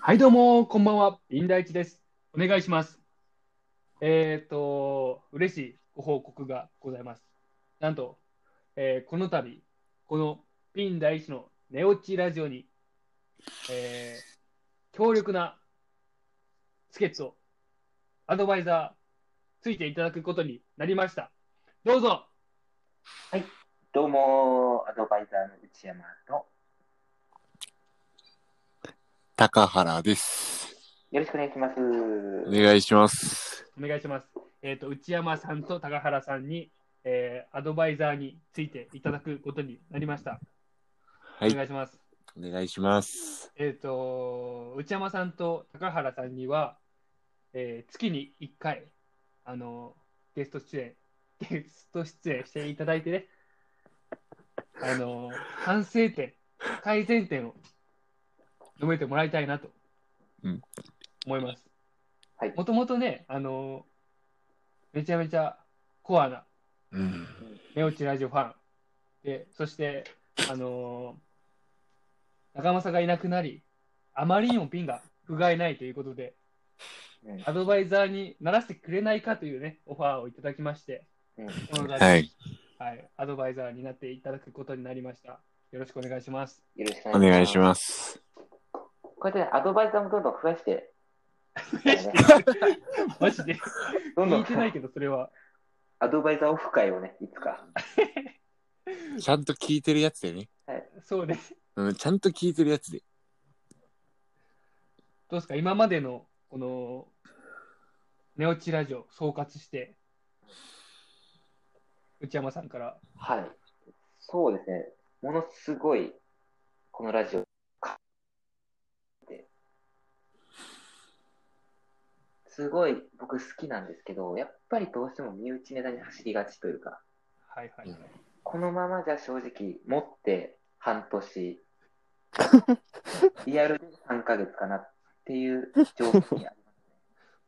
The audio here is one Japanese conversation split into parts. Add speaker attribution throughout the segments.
Speaker 1: はい、どうも、こんばんは。インダイチです。お願いします。えっ、と、嬉しいご報告がございます。なんと、えーこの度、このピン大一の寝落ちラジオに、えー強力な助っ人、アドバイザー、ついていただくことになりました。どうぞ
Speaker 2: どうも、アドバイザーの内山と、
Speaker 3: 高原です。
Speaker 2: よろしくお願いします。
Speaker 3: お願いします。
Speaker 1: お願いします。えっ、と、内山さんと高原さんに、えーアドバイザーについていただくことになりました。
Speaker 3: はい
Speaker 1: お願いします。
Speaker 3: お願いします。
Speaker 1: えっ、と、内山さんと高原さんには、えー月に1回、あの、ゲスト出演、 ゲスト出演していただいてね、あの、反省点、改善点を述べてもらいたいなと
Speaker 3: うん
Speaker 1: 思います。
Speaker 2: はい
Speaker 1: もともとね、あの、めちゃめちゃコアな
Speaker 3: うん。
Speaker 1: 寝落ちラジオファン。で、そして、あのー中政がいなくなり、あまりにもピンが不甲斐ないということで、
Speaker 2: うん
Speaker 1: アドバイザーにならせてくれないかというね、オファーをいただきまして、
Speaker 2: うん
Speaker 1: この度
Speaker 3: はい。
Speaker 1: はい、アドバイザーになっていただくことになりました。よろしくお願いします。
Speaker 2: よろしく。
Speaker 3: お願いしますす。
Speaker 2: こうやってアドバイザーもどんどん増やして、
Speaker 1: マジで
Speaker 2: どんど
Speaker 1: 聞い
Speaker 2: ん
Speaker 1: てないけど、それは。
Speaker 2: アドバイザーオフ会をね、いつか。
Speaker 3: ちゃんと聞いてるやつでね。
Speaker 1: そうね。
Speaker 3: うん、ちゃんと聞いてるやつで。
Speaker 1: どうですか、今までのこの寝落ちラジオ総括して、内山さんから。
Speaker 2: はい。そうですね、ものすごい、このラジオ、かすごい僕好きなんですけど、やっぱりどうしても身内ネタに走りがちというか、
Speaker 1: はいはいはい。
Speaker 2: このままじゃ正直、持って半年、リアルで3ヶ月かなっていう状況にあり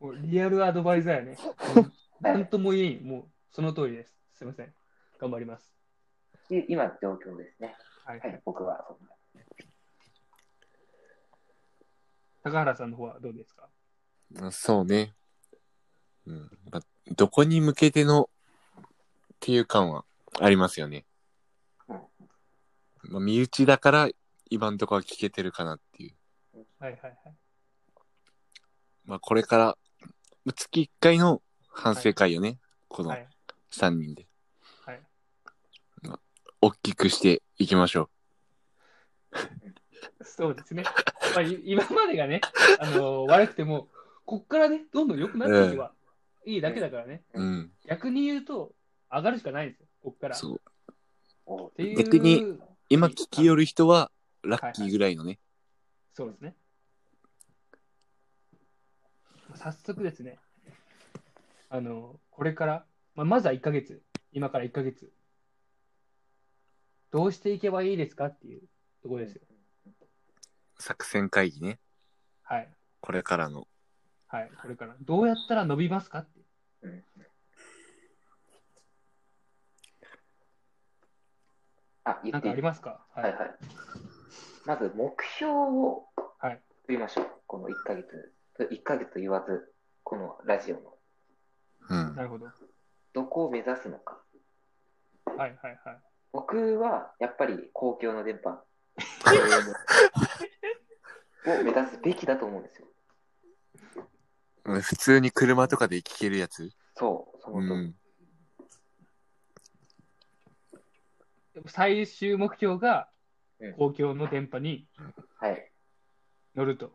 Speaker 2: ま
Speaker 1: もうリアルアドバイザーやね。
Speaker 2: すね
Speaker 1: なんとも言えん、もうその通りです。すみません。頑張ります。
Speaker 2: っていう今の状況ですね。
Speaker 1: はい、
Speaker 2: はい、僕はそんな。
Speaker 1: 高原さんの方はどうですか
Speaker 3: うんそうね。うん。まどこに向けてのっていう感はありますよね。
Speaker 2: うん
Speaker 3: まあ、身内だから今んとこは聞けてるかなっていう。
Speaker 1: はいはいはい。
Speaker 3: まあ、これから月1回の反省会よね。この
Speaker 1: はい
Speaker 3: 3人で。
Speaker 1: はい、
Speaker 3: 大きくしていきましょう。
Speaker 1: そうですね。まあ、い今までがね、あのー悪くても、こっからね、どんどん良くなっていけば、いいだけだからね。
Speaker 3: うん、
Speaker 1: 逆に言うと、上がるしかないんですよ、こっから。っ
Speaker 3: そう。
Speaker 2: おう
Speaker 1: ていう
Speaker 3: 逆に、今聞き寄る人は、ラッキーぐらいのね。
Speaker 1: そうですね。早速ですね、あの、これから、まあ、まずは1ヶ月、今から1ヶ月、どうしていけばいいですかっていうところですよ。
Speaker 3: 作戦会議ね。
Speaker 1: はい。
Speaker 3: これからの。
Speaker 1: はい。これから、どうやったら伸びますかっていう。
Speaker 2: あ、言
Speaker 1: なん
Speaker 2: っ
Speaker 1: か
Speaker 2: てい
Speaker 1: あ
Speaker 2: い
Speaker 1: りますかは
Speaker 2: はい
Speaker 1: い。
Speaker 2: はい。まず目標を
Speaker 1: はい
Speaker 2: 作りましょう。この1ヶ月。1ヶ月と言わず、このラジオの。
Speaker 3: うん
Speaker 1: な。るほど。は
Speaker 2: どこを目指すのか。
Speaker 1: いはいはい。
Speaker 2: 僕は、やっぱり公共の電波を目指すべきだと思うんですよ。
Speaker 3: うん普通に車とかで聞けるやつ。
Speaker 2: そう、その
Speaker 3: う
Speaker 2: と、
Speaker 3: ん。
Speaker 1: でも最終目標が
Speaker 2: うん、
Speaker 1: 公共の電波に
Speaker 2: はい。
Speaker 1: 乗ると。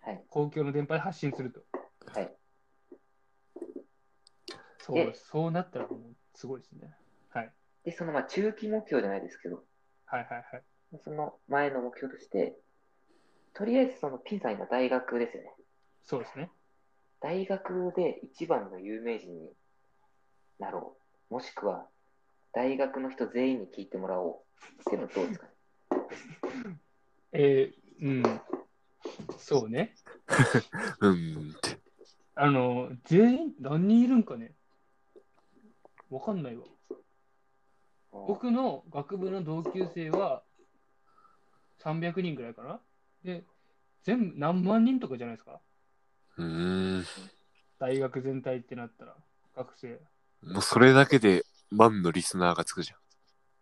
Speaker 2: はい。
Speaker 1: 公共の電波で発信すると。
Speaker 2: はい。
Speaker 1: そう
Speaker 2: え
Speaker 1: そうなったらもうすごいですね。はい。
Speaker 2: で、そのまあ中期目標じゃないですけど、
Speaker 1: はいはいはい。
Speaker 2: その前の目標として、とりあえずそのピンさん今大学ですよね。
Speaker 1: そうですね。
Speaker 2: 大学で一番の有名人になろう。もしくは、大学の人全員に聞いてもらおう。っていうのはどうです かね。
Speaker 1: えー、うん。そうね。
Speaker 3: うんって。
Speaker 1: あの、全員何人いるんかねわかんないわ。僕の学部の同級生は300人ぐらいかなで、全部何万人とかじゃないですか。
Speaker 3: うーん。
Speaker 1: 大学全体ってなったら、学生。
Speaker 3: もうそれだけで万のリスナーがつくじゃん。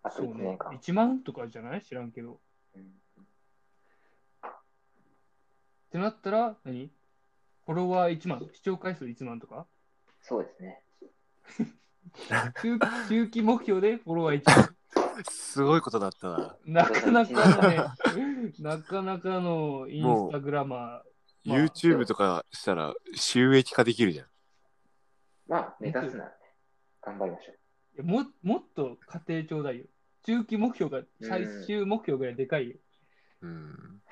Speaker 2: あと
Speaker 1: そう
Speaker 2: 1
Speaker 1: ね
Speaker 2: 年。間。
Speaker 1: 1万とかじゃない知らんけど。っ
Speaker 2: うん
Speaker 1: てなったら何、フォロワー1万、視聴回数1万とか
Speaker 2: そうですね。
Speaker 1: 中中期目標でフォロワー1万。
Speaker 3: すごいことだったな。
Speaker 1: なかなかのね、なかなかのインスタグラマー。まあ
Speaker 3: YouTube とかしたら収益化できるじゃん。
Speaker 2: まあ、目指すならね、頑張りましょう。
Speaker 1: いやももっと家庭ちょうだいよ。中期目標が最終目標ぐらいでかいよ。
Speaker 3: うん。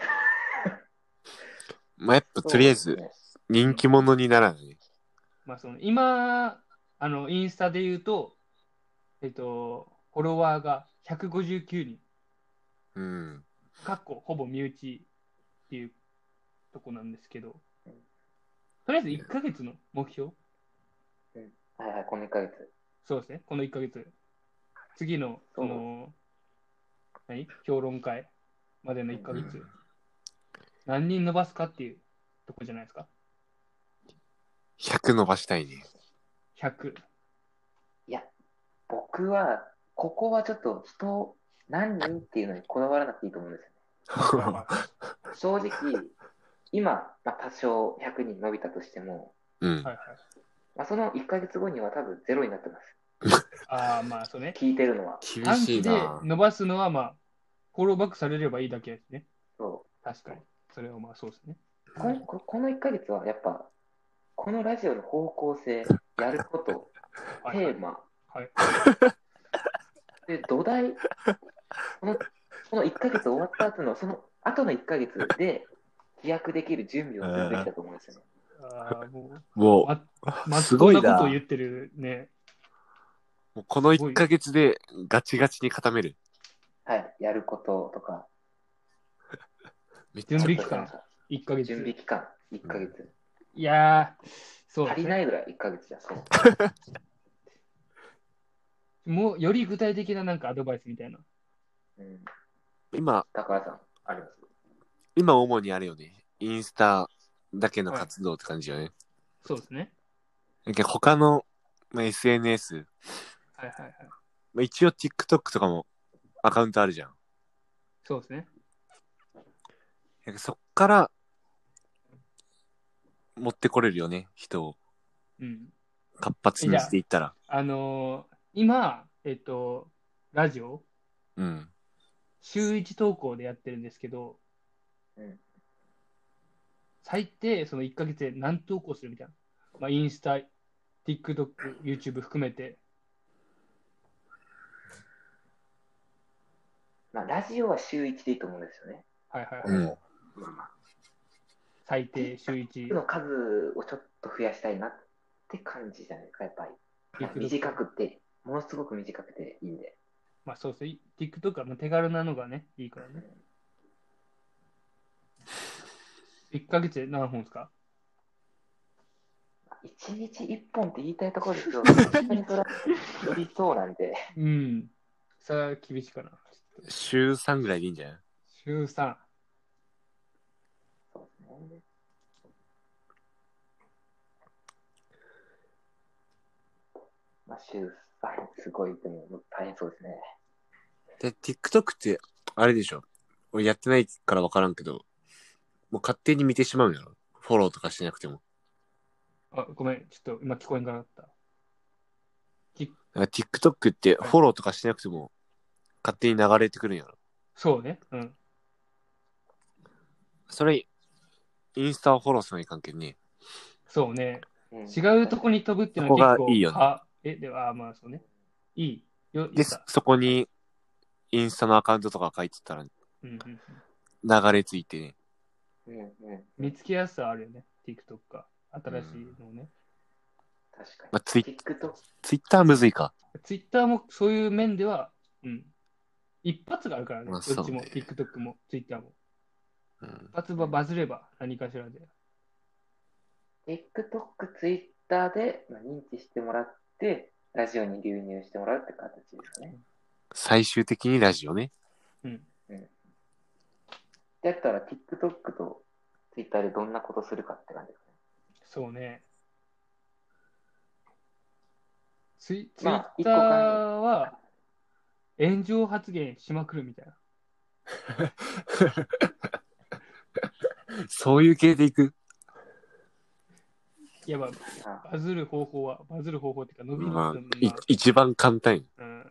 Speaker 3: まあ、やっぱとりあえず人気者にならない。
Speaker 1: まあ、その今あの、インスタで言うと、えっと、フォロワーが159人、
Speaker 3: うん。
Speaker 1: かっこほぼ身内っていうとこなんですけど、とりあえず1ヶ月の目標、
Speaker 2: はいはい、この1ヶ月。
Speaker 1: そうですね、この1ヶ月、次のそ
Speaker 2: そ
Speaker 1: うの何評論会までの1ヶ月、
Speaker 3: うん
Speaker 1: 何人伸ばすかっていうとこじゃないですか、
Speaker 3: 100伸ばしたい ね。
Speaker 1: 100。
Speaker 2: いや、僕は、ここはちょっと人、何人っていうのにこだわらなくていいと思うんですよね。正直、今、まあ、多少100人伸びたとしても、
Speaker 3: うん
Speaker 1: は。いはい、
Speaker 2: まあ、その1ヶ月後には多分ゼロになってます。
Speaker 1: ああ、まあ、そうね。
Speaker 2: 聞いてるのは。
Speaker 3: 厳
Speaker 1: 短
Speaker 3: し
Speaker 1: 期
Speaker 3: い
Speaker 1: で
Speaker 3: な。
Speaker 1: 伸ばすのは、まあ、フォローバックされればいいだけですね。
Speaker 2: そ
Speaker 1: 確かに。それはまあそうですね。
Speaker 2: うこここの1ヶ月はやっぱ、このラジオの方向性、やること、
Speaker 1: はい
Speaker 2: テーマ、
Speaker 1: はい。
Speaker 2: で土台、このこの1ヶ月終わった後の、その後の1ヶ月で飛躍できる準備をするべきだと思うんですよね。
Speaker 1: ああ、もう、
Speaker 3: も
Speaker 1: ま、まっ
Speaker 3: す
Speaker 1: と
Speaker 3: ご
Speaker 1: う
Speaker 3: い
Speaker 1: な
Speaker 3: な
Speaker 1: ことを言ってるね。
Speaker 3: う、もうこの1ヶ月でガチガチに固める。
Speaker 2: はい、やることとか、
Speaker 3: めっち
Speaker 1: 準
Speaker 3: ゃ
Speaker 1: 備
Speaker 2: ちょ
Speaker 1: 期
Speaker 2: っとなん
Speaker 1: 間、
Speaker 2: か
Speaker 1: 1ヶ月
Speaker 2: 準。備期間、1ヶ月。
Speaker 1: いやー、そうで
Speaker 2: 足り
Speaker 1: す
Speaker 2: な
Speaker 1: ね。
Speaker 2: いぐらい、1ヶ月じゃそう。
Speaker 1: もう、より具体的ななんかアドバイスみたいな。
Speaker 2: うん、
Speaker 3: 今、
Speaker 2: 高橋さん、あります
Speaker 3: 今主にあれよね。インスタだけの活動って感じよね。
Speaker 1: そうですね。
Speaker 3: だけど他の、まあ、SNS、
Speaker 1: はいはいはい。
Speaker 3: まあ、一応 TikTok とかもアカウントあるじゃん。
Speaker 1: そうですね。
Speaker 3: だけどそっから持ってこれるよね、人を
Speaker 1: うん。
Speaker 3: 活発にしていったら。
Speaker 1: あのー今、えっと、ラジオ、
Speaker 3: うん。
Speaker 1: 週1投稿でやってるんですけど、
Speaker 2: うん
Speaker 1: 最低その1ヶ月で何投稿するみたいな。まあ、インスタ、TikTok、YouTube 含めて。
Speaker 2: まあ、ラジオは週1でいいと思うんですよね。
Speaker 1: はいはいはい。
Speaker 3: うん。
Speaker 2: まあまあ
Speaker 1: 最低週
Speaker 2: 僕の
Speaker 1: 1。
Speaker 2: 数をちょっと増やしたいなって感じじゃないですか、やっぱり。短くて、ものすごく短くていいんで。
Speaker 1: まあそうですね。TikTok はもう手軽なのがね、いいからね。1ヶ月で何本ですか
Speaker 2: 1日1本って言いたいところです けど、本当にそれは無理そうなんで、
Speaker 1: うん。それは厳しいかな。
Speaker 3: 週3ぐらいでいいんじゃない
Speaker 1: 週3。
Speaker 2: そうですね。まあ、週3、すごい、でも大変そうですね。
Speaker 3: で、TikTok って、あれでしょ俺やってないから分からんけど、もう勝手に見てしまうんやろフォローとかしなくても。
Speaker 1: あ、ごめん。ちょっと今聞こえんからった。
Speaker 3: だから TikTok ってフォローとかしなくても、勝手に流れてくるんやろ
Speaker 1: そうね。うん。
Speaker 3: それ、インスタをフォローするのいかんけんね。
Speaker 1: そうね。
Speaker 2: うん
Speaker 1: 違うとこに飛ぶっていうのは結
Speaker 3: そ
Speaker 1: 構。
Speaker 3: こがいいよね
Speaker 1: あ、え、では、あまあそうね。いい。よ、
Speaker 3: で、
Speaker 1: よ
Speaker 3: そ
Speaker 1: さ。
Speaker 3: そこに、インスタのアカウントとか書いてたら、
Speaker 1: うんうんうん。
Speaker 3: 流れ着いてね。
Speaker 2: うんうん、
Speaker 1: 見つけやすさあるよね。TikTok が。新しいのね。
Speaker 2: 確かに。
Speaker 3: まあ、ツイ
Speaker 2: TikTok
Speaker 3: ツイッターむずいか。
Speaker 1: Twitter もそういう面では、うん。一発があるからね。
Speaker 3: ま
Speaker 1: ど
Speaker 3: あ
Speaker 1: っち
Speaker 3: そう
Speaker 1: も、
Speaker 3: ね
Speaker 1: TikTok も、Twitter も。
Speaker 3: うん
Speaker 1: 一。発ばバズれば何かしらで。
Speaker 2: TikTok、Twitter でまあ認知してもらって、ラジオに流入してもらうって形ですかね。
Speaker 3: 最終的にラジオね。
Speaker 1: うん。
Speaker 2: だったら TikTok とツイッターでどんなことするかって感じですね。
Speaker 1: そうね。ツイツイ
Speaker 2: ま
Speaker 1: ッ
Speaker 2: あ
Speaker 1: ターは炎上発言しまくるみたいな。
Speaker 3: そういう系でいく。
Speaker 1: いや、まあ
Speaker 2: あ
Speaker 1: バズる方法は、バズる方法っていうか、伸びる、
Speaker 3: ま
Speaker 1: う
Speaker 3: あ
Speaker 1: ん、
Speaker 3: い一番簡単よ。
Speaker 1: うん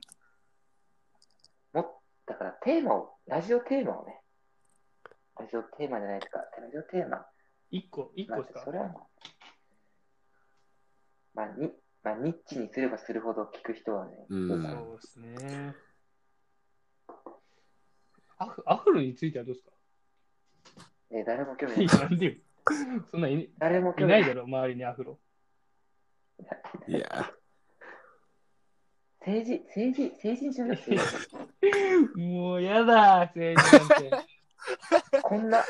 Speaker 2: もだからテーマを、ラジオテーマをね、ラジオテーマじゃないですか、ラジオテーマ、
Speaker 1: 一個、一
Speaker 2: ま
Speaker 1: 個し
Speaker 2: あ、
Speaker 1: か
Speaker 2: そ。れは、まあにまあ、ニッチにすればするほど聞く人はね、
Speaker 3: うん
Speaker 2: 多
Speaker 1: そ
Speaker 2: いから
Speaker 1: うですね。アフアフロについてはどうですか
Speaker 2: えー誰も興味
Speaker 1: い
Speaker 2: ない。
Speaker 1: や なんでよ。そんないい
Speaker 2: 誰も
Speaker 1: い
Speaker 2: 興
Speaker 1: な
Speaker 2: 味ないい。
Speaker 1: だろ、周りにアフロ。
Speaker 3: いや
Speaker 2: 政治、政治、成人中ですよ。
Speaker 1: もうやだ、政治なんて。
Speaker 2: こんな、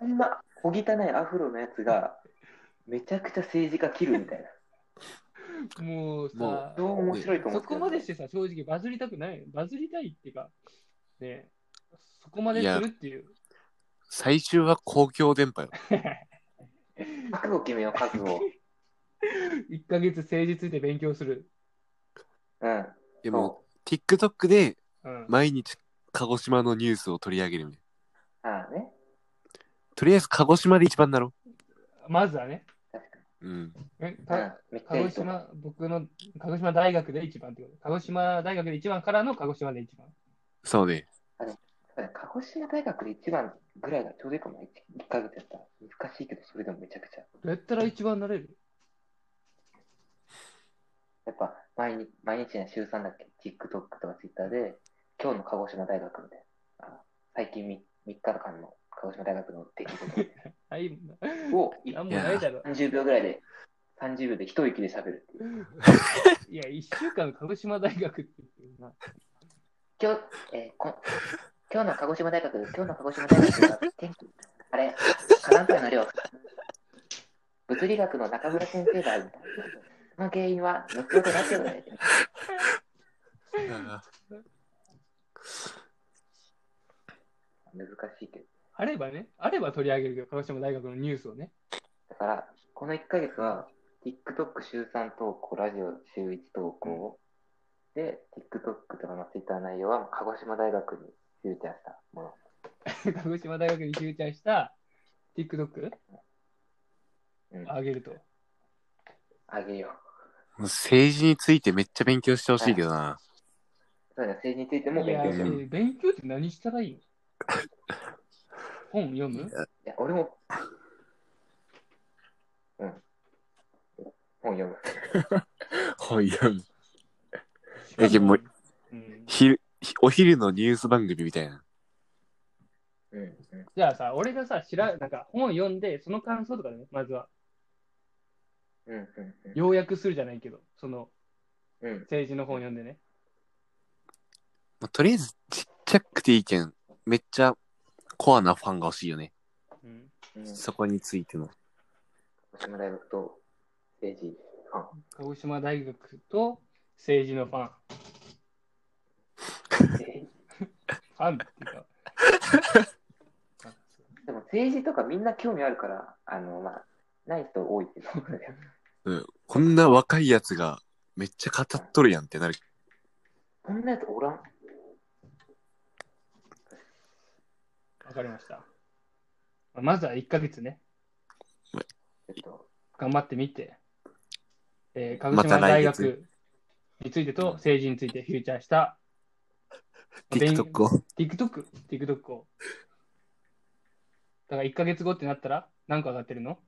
Speaker 2: こんな、小汚いアフロのやつが、めちゃくちゃ政治家切るみたいな。
Speaker 1: もう
Speaker 3: も
Speaker 1: さ、
Speaker 2: どう面白いと
Speaker 1: そ
Speaker 2: 思って
Speaker 1: こ
Speaker 2: る
Speaker 1: までしてさ、正直バズりたくない。バズりたいっていうか、ねそこまでするっていう。
Speaker 3: 最終は公共電波よ。
Speaker 2: 覚悟決めよう、覚悟。
Speaker 1: 1ヶ月政治ついて勉強する。
Speaker 2: うん。
Speaker 3: でも、
Speaker 2: そ
Speaker 3: TikTok で
Speaker 1: うん。
Speaker 3: 毎日鹿児島のニュースを取り上げるみたい
Speaker 2: う。
Speaker 3: な。
Speaker 2: ああね。
Speaker 3: とりあえず鹿児島で一番だろ。
Speaker 1: まずはね。
Speaker 2: 確かに。
Speaker 3: うん。
Speaker 1: え
Speaker 2: う
Speaker 1: た
Speaker 2: ん。めっちゃ
Speaker 1: 鹿
Speaker 2: い
Speaker 1: 児
Speaker 2: いと思う。
Speaker 1: 島、僕の鹿児島大学で一番ってこと。鹿児島大学で一番からの鹿児島で一番。
Speaker 3: そうね。
Speaker 2: ただ鹿児島大学で一番ぐらいがちょうどいいかもね。1, ヶ月やったら。難しいけど、それでもめちゃくちゃ。
Speaker 1: どうやったら一番なれる
Speaker 2: やっぱ、毎日、毎日や週3だっけ ?TikTok とか Twitter で、今日の鹿児島大学みたいな。あ最近み3日間の鹿児島大学の出来事
Speaker 1: はい。
Speaker 2: を
Speaker 1: なんもないだろ。
Speaker 2: 30秒ぐらいで、30秒で一息で喋るっていう。
Speaker 1: いや、1週間鹿児島大学って言ってるな。
Speaker 2: 今日、えーこん今日の鹿児島大学、今日の鹿児島大学は天気、あれ、火山灰の量、物理学の中村先生が、その原因は、後ほどラジオで。難しいけど。
Speaker 1: あればね、あれば取り上げるけど、鹿児島大学のニュースをね。
Speaker 2: だから、この1ヶ月は、TikTok 週3投稿、ラジオ週1投稿、で、TikTok とかの Twitter の内容は、鹿児島大学にフューチャーしたもの。
Speaker 1: 鹿児島大学にフューチャーした TikTok
Speaker 2: うん、
Speaker 1: を上げると。
Speaker 2: あげよう。
Speaker 3: 政治についてめっちゃ勉強してほしいけどな。
Speaker 2: そうだね、政治についても
Speaker 1: い
Speaker 2: 勉
Speaker 1: や、え
Speaker 2: 強しよう。い
Speaker 1: ー勉強って何したらいいの本読む
Speaker 2: や、俺も、うん。本読む。
Speaker 3: はい、やえでも
Speaker 1: うん
Speaker 3: 昼ひお昼のニュース番組みたいな。
Speaker 2: うん、うん。
Speaker 1: じゃあさ、俺がさ、知らなんか本読んで、その感想とかね、まずは、
Speaker 2: うん、うん
Speaker 1: 要約するじゃないけど、その
Speaker 2: うん。うん。
Speaker 1: 政治の本読んでね。
Speaker 3: まあとりあえず、ちっちゃくていいけん、めっちゃコアなファンが欲しいよね。
Speaker 1: うん、
Speaker 2: うん、鹿
Speaker 3: そこについての。
Speaker 2: 児島大学と政治 ファン。
Speaker 1: 鹿児島大学と政治のファン。ファンっていうか。
Speaker 2: でも政治とかみんな興味あるから、あの、まあ、ない人多いけど。
Speaker 3: うん。こんな若いやつがめっちゃ語っとるやんってなる。
Speaker 2: こんなやつおらん。
Speaker 1: わかりました。まずは1ヶ月ね、
Speaker 2: えっと、
Speaker 1: 頑張ってみて、えー鹿
Speaker 3: ま
Speaker 1: 児
Speaker 3: た
Speaker 1: 島大
Speaker 3: 来
Speaker 1: 学
Speaker 3: 月
Speaker 1: についてと政治についてフューチャーした、勉
Speaker 3: TikTok を。
Speaker 1: TikTok、TikTok を。だから1ヶ月後ってなったら何個上がってるの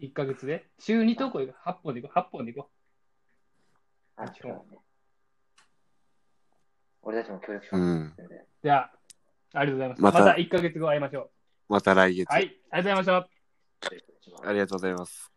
Speaker 1: ?1 ヶ月で週2投稿いこう8本でいこう。8本でいこ
Speaker 2: あ、そうだね。俺たちも協力し
Speaker 3: う
Speaker 2: ます。
Speaker 3: ん。
Speaker 2: 全然
Speaker 1: う。じゃあ、ありがとうございます。ま
Speaker 3: ま
Speaker 1: た
Speaker 3: た
Speaker 1: 1ヶ月後会いましょ
Speaker 3: また来月。
Speaker 1: う。はい、ありがとうございました。
Speaker 2: ありがとうございます
Speaker 3: ありがとうございます。